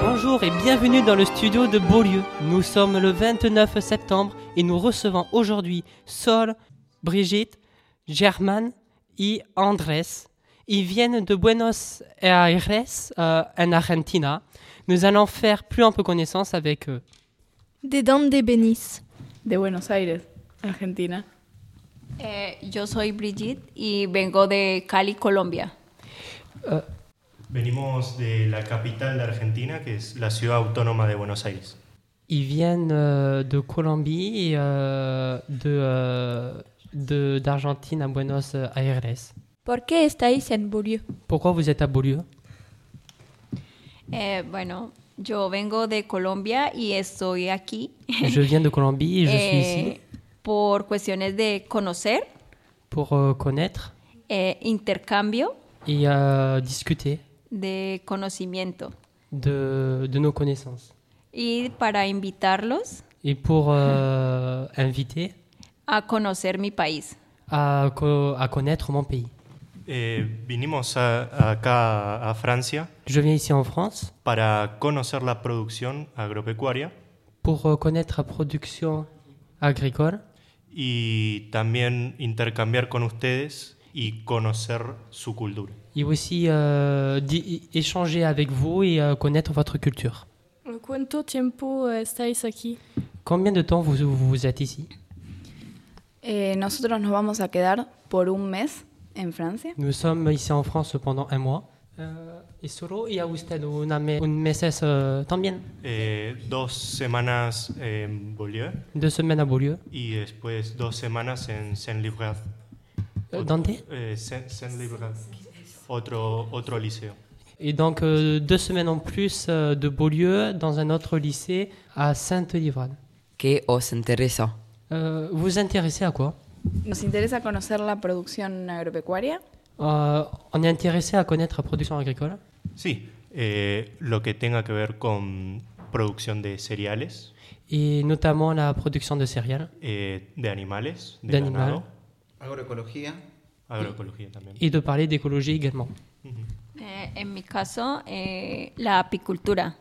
Bonjour et bienvenue dans le studio de Beaulieu. Nous sommes le 29 septembre et nous recevons aujourd'hui Sol, Brigitte, German et Andrés. Ils viennent de Buenos Aires, euh, en Argentina. Nous allons faire plus un peu connaissance avec eux. ¿De dónde venís? De Buenos Aires, Argentina. Eh, yo soy Brigitte y vengo de Cali, Colombia. Venimos de la capital de Argentina, que es la ciudad autónoma de Buenos Aires. Ils viennent euh, de Colombie et euh, de, euh, de- d'Argentine à Buenos Aires. ¿Por qué estáis en Beaulieu? Pourquoi vous êtes à Beaulieu Eh, bueno, yo vengo de Colombia y estoy aquí Je viens de Colombie et je suis eh, ici por cuestiones de conocer, pour euh, connaître eh, intercambio et euh, discuter de conocimiento de, de nos connaissances. y para invitarlos Et pour euh, inviter a conocer mi país. à, co- à connaître mon pays. Eh, vinimos a- acá a Francia Je viens ici en France para conocer la producción agropecuaria pour euh, connaître la production agricole y también intercambiar con ustedes y conocer su cultura. et aussi euh, d'y- échanger avec vous et euh, connaître votre culture. ¿Cuánto tiempo estáis aquí? Combien de temps vous, vous êtes ici Eh, nosotros nos vamos a quedar por un mes en Francia. Nous sommes ici en France pendant un mois. Euh, et solo y a usted una, me- un meses euh, también. Eh, dos semanas en Beaulieu Deux semaines à Beaulieu. y después dos semanas en Saint-Livrade. Euh, Dante Eh, Saint- Saint-Livrade, otro, otro liceo. Et donc euh, deux semaines en plus euh, de Beaulieu dans un autre lycée à Sainte-Livrade. ¿Qué os interesa? Euh, vous vous intéressez à quoi Nos interesa conocer la producción agropecuaria. Euh, On est intéressé à connaître la production agricole, Sí, eh, lo que tenga que ver con producción de cereales, et notamment la production de céréales eh, de animales, de De animal. ganado, Agroecología. agroecología también. et de parler d'écologie également. Eh, en mi caso, eh, la apicultura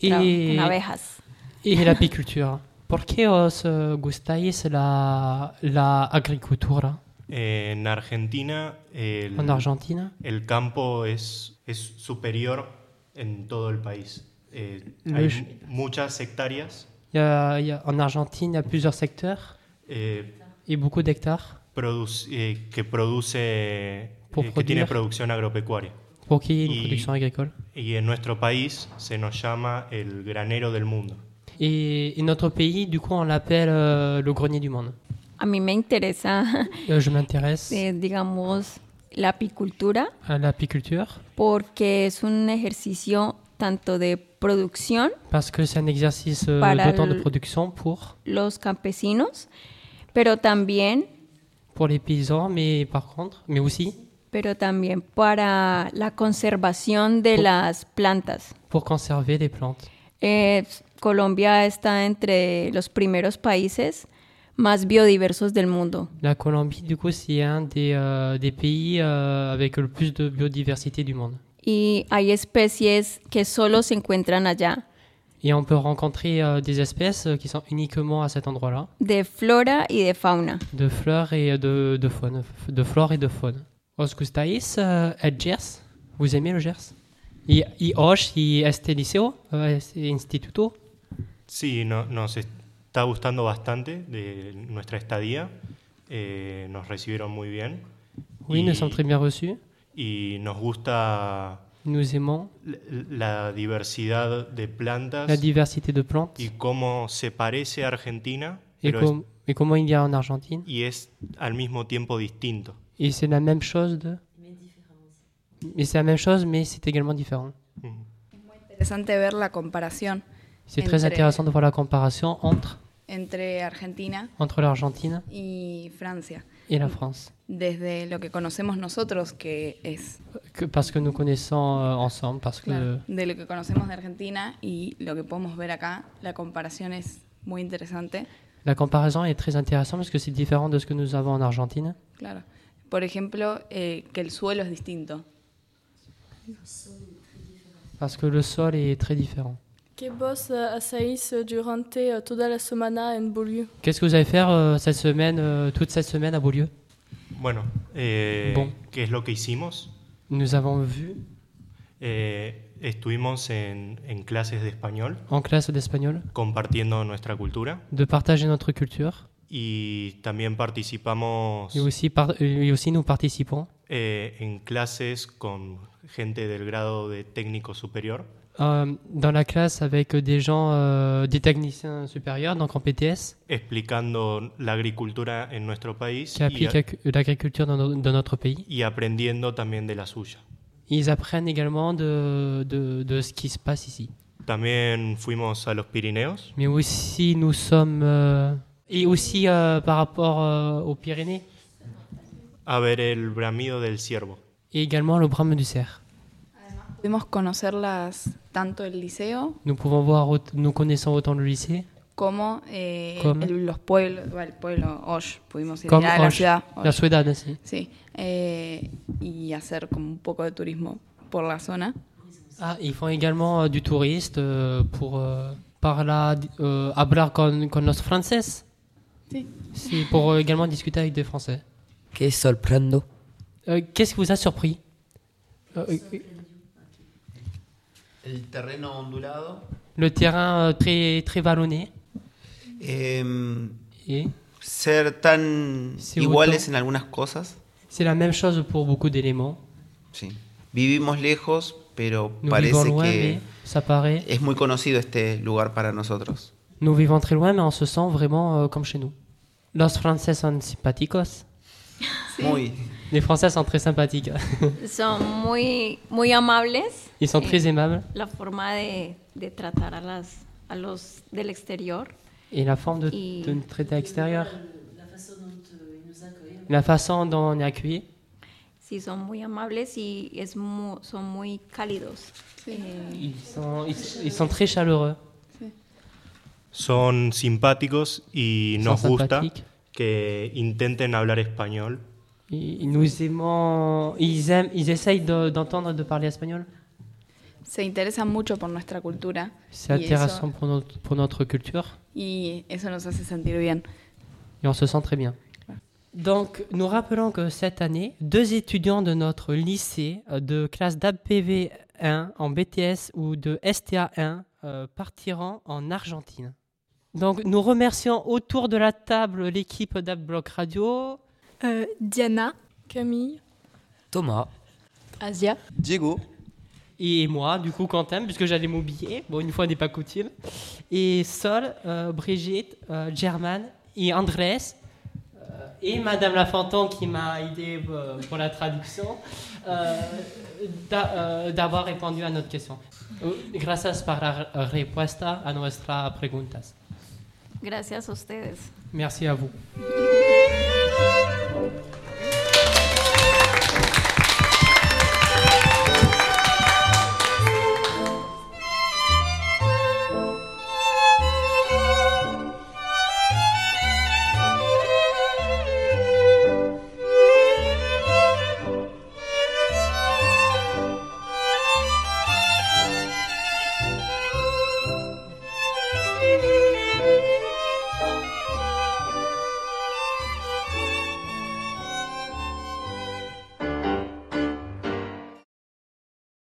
Y- tra- con abejas. Et l'apiculture. ¿Por qué os euh, gustáis la, la agricultura Eh, en Argentina, el, en Argentine el campo es, es superior en todo el país. Eh, Lo hay es. mu- muchas hectáreas, Il y a- il y a- En Argentine, il y a plusieurs secteurs eh, et beaucoup d'hectares produc- eh, que produce, eh, Por que tiene producir. producción agropecuaria. pour qu'il y ait une Y- production agricole. Y en nuestro país se nos llama el granero del mundo. Et, et notre pays, du coup, on l'appelle euh, le grenier du monde. A mí me interesa, Euh, je m'intéresse eh, digamos, la apicultura à l'apiculture porque es un ejercicio tanto de producción, parce que c'est un exercice euh, Para d'autant de le- production pour, los campesinos, pero también, pour les paysans, mais par contre, mais aussi pero también para la conservación de Por- las plantas. pour conserver les plantes. Eh, Colombia está entre los primeros países más biodiversos del mundo. La Colombie, du coup, c'est un des, euh, des pays euh, avec le plus de biodiversité du monde. y hay especies que solo se encuentran allá, Et on peut rencontrer euh, des espèces euh, qui sont uniquement à cet endroit-là, de flora y de fauna. de fleurs et euh, de, de faune, f- de flore et de faune. Os gustáis euh, el Gers Vous aimez le Gers Y, y os y este liceo, euh, este instituto, Sí, no- nos está gustando bastante de nuestra estadía. Eh, nos recibieron muy bien. oui, y, nous sommes très bien reçus. y nos gusta Nous aimons l- la diversidad de plantas la diversité de plantes y cómo se parece a Argentina et, pero com- et comment il y a en Argentine. es- y es al mismo tiempo distinto. Et c'est la même chose de... Mais c'est la même chose, mais c'est également différent. Mm. Interesante ver la comparación C'est très Entre- intéressant de voir la comparaison entre, entre Argentina entre l'Argentine y Francia. et la France. Desde lo que conocemos nosotros, que es Que- parce que nous connaissons euh, ensemble, parce que... claro, de lo que conocemos de Argentina y lo que podemos ver acá, la comparación es muy interesante. La comparaison est très intéressante parce que c'est différent de ce que nous avons en Argentine. Claro. Por ejemplo, eh, que el suelo es distinto. Parce que le sol est très différent. Que vos eh, hacéis eh, durante eh, toda la semana en Beaulieu Qu'est-ce que vous allez faire euh, cette semaine, euh, toute cette semaine à Beaulieu Bueno, eh, Bon. ¿qué es lo que hicimos? Nous avons vu Eh, estuvimos en, en clases de español, en classe d'espagnol compartiendo nuestra cultura de partager notre culture y también participamos et aussi, par- et aussi nous participons eh, en clases con gente del grado de técnico superior euh, dans la classe avec des gens, euh, des techniciens supérieurs, donc en PTS, explicando la agricultura en nuestro país qui euh y, appliquent ac- l'agriculture dans, no- dans notre pays. y aprendiendo también de la suya. Ils apprennent également de, de, de ce qui se passe ici. También fuimos a los Pirineos, Mais aussi nous sommes... euh, et aussi euh, par rapport euh, aux Pyrénées a ver el bramido del ciervo. et également le brame du cerf. Pudimos conocerlas tanto el liceo Nous pouvons voir, aut- nous connaissons autant le lycée como eh, Como. el- los pueblos, va, el pueblo Osh, pudimos ir comme a la Hoche, ciudad la Osh. Ciudad aussi. Sí, eh, y hacer como un poco de turismo por la zona. Ah, ils font également euh, du touriste euh, pour euh, parler, euh, hablar con, con los franceses. Sí. C'est pour euh, également discuter avec des Français. Qué sorprendo. Euh, Qu'est-ce qui vous a surpris Euh, euh, El terreno ondulado. Le terrain euh, très, très vallonné. Em, Et ser tan Sí, iguales gustó. en algunas cosas. c'est la même chose pour beaucoup d'éléments. Sí. Vivimos lejos, pero Nous vivons parece loin, que mais ça paraît. es muy conocido este lugar para nosotros. Nous vivons très loin, mais on se sent vraiment euh, comme chez nous. Los franceses son simpáticos. Muy. Les Français sont très sympathiques. Son muy, muy amables. Ils sont Eh, très aimables. La forma de, de tratar a, las, a los del exterior. Et la forme de, Et- de nous traiter à l'extérieur. La façon dont on est accueilli. Sí, son muy amables y es mu- son muy cálidos. Eh, Ils sont, ils, s- ils sont très chaleureux. Son simpáticos y Son nos gusta simpáticos. que intenten hablar español Ils, ils nous aimons. Ils, aiment, ils essayent de- d'entendre de parler espagnol. Se interesan mucho por nuestra cultura C'est y eso, intéressant pour notre, pour notre culture. y eso nos hace sentir bien. Et on se sent très bien. Donc, nous rappelons que cette année, deux étudiants de notre lycée euh, de classe d'APV 1 en BTS ou de STA 1 euh, partiront en Argentine. Donc, nous remercions autour de la table l'équipe d'AppBlock Radio, Diana. Camille. Toma. Asia. Diego. Et moi, du coup, Quentin, puisque j'allais m'oublier. Bon, une fois n'est pas coutume. Et Sol, euh, Brigitte, euh, German et Andrés. euh, et Madame Lafonton qui m'a aidé euh, pour la traduction euh, d'a- euh, d'avoir répondu à notre question. Euh, Gracias por la respuesta a nuestras preguntas. gracias a ustedes. Merci à vous.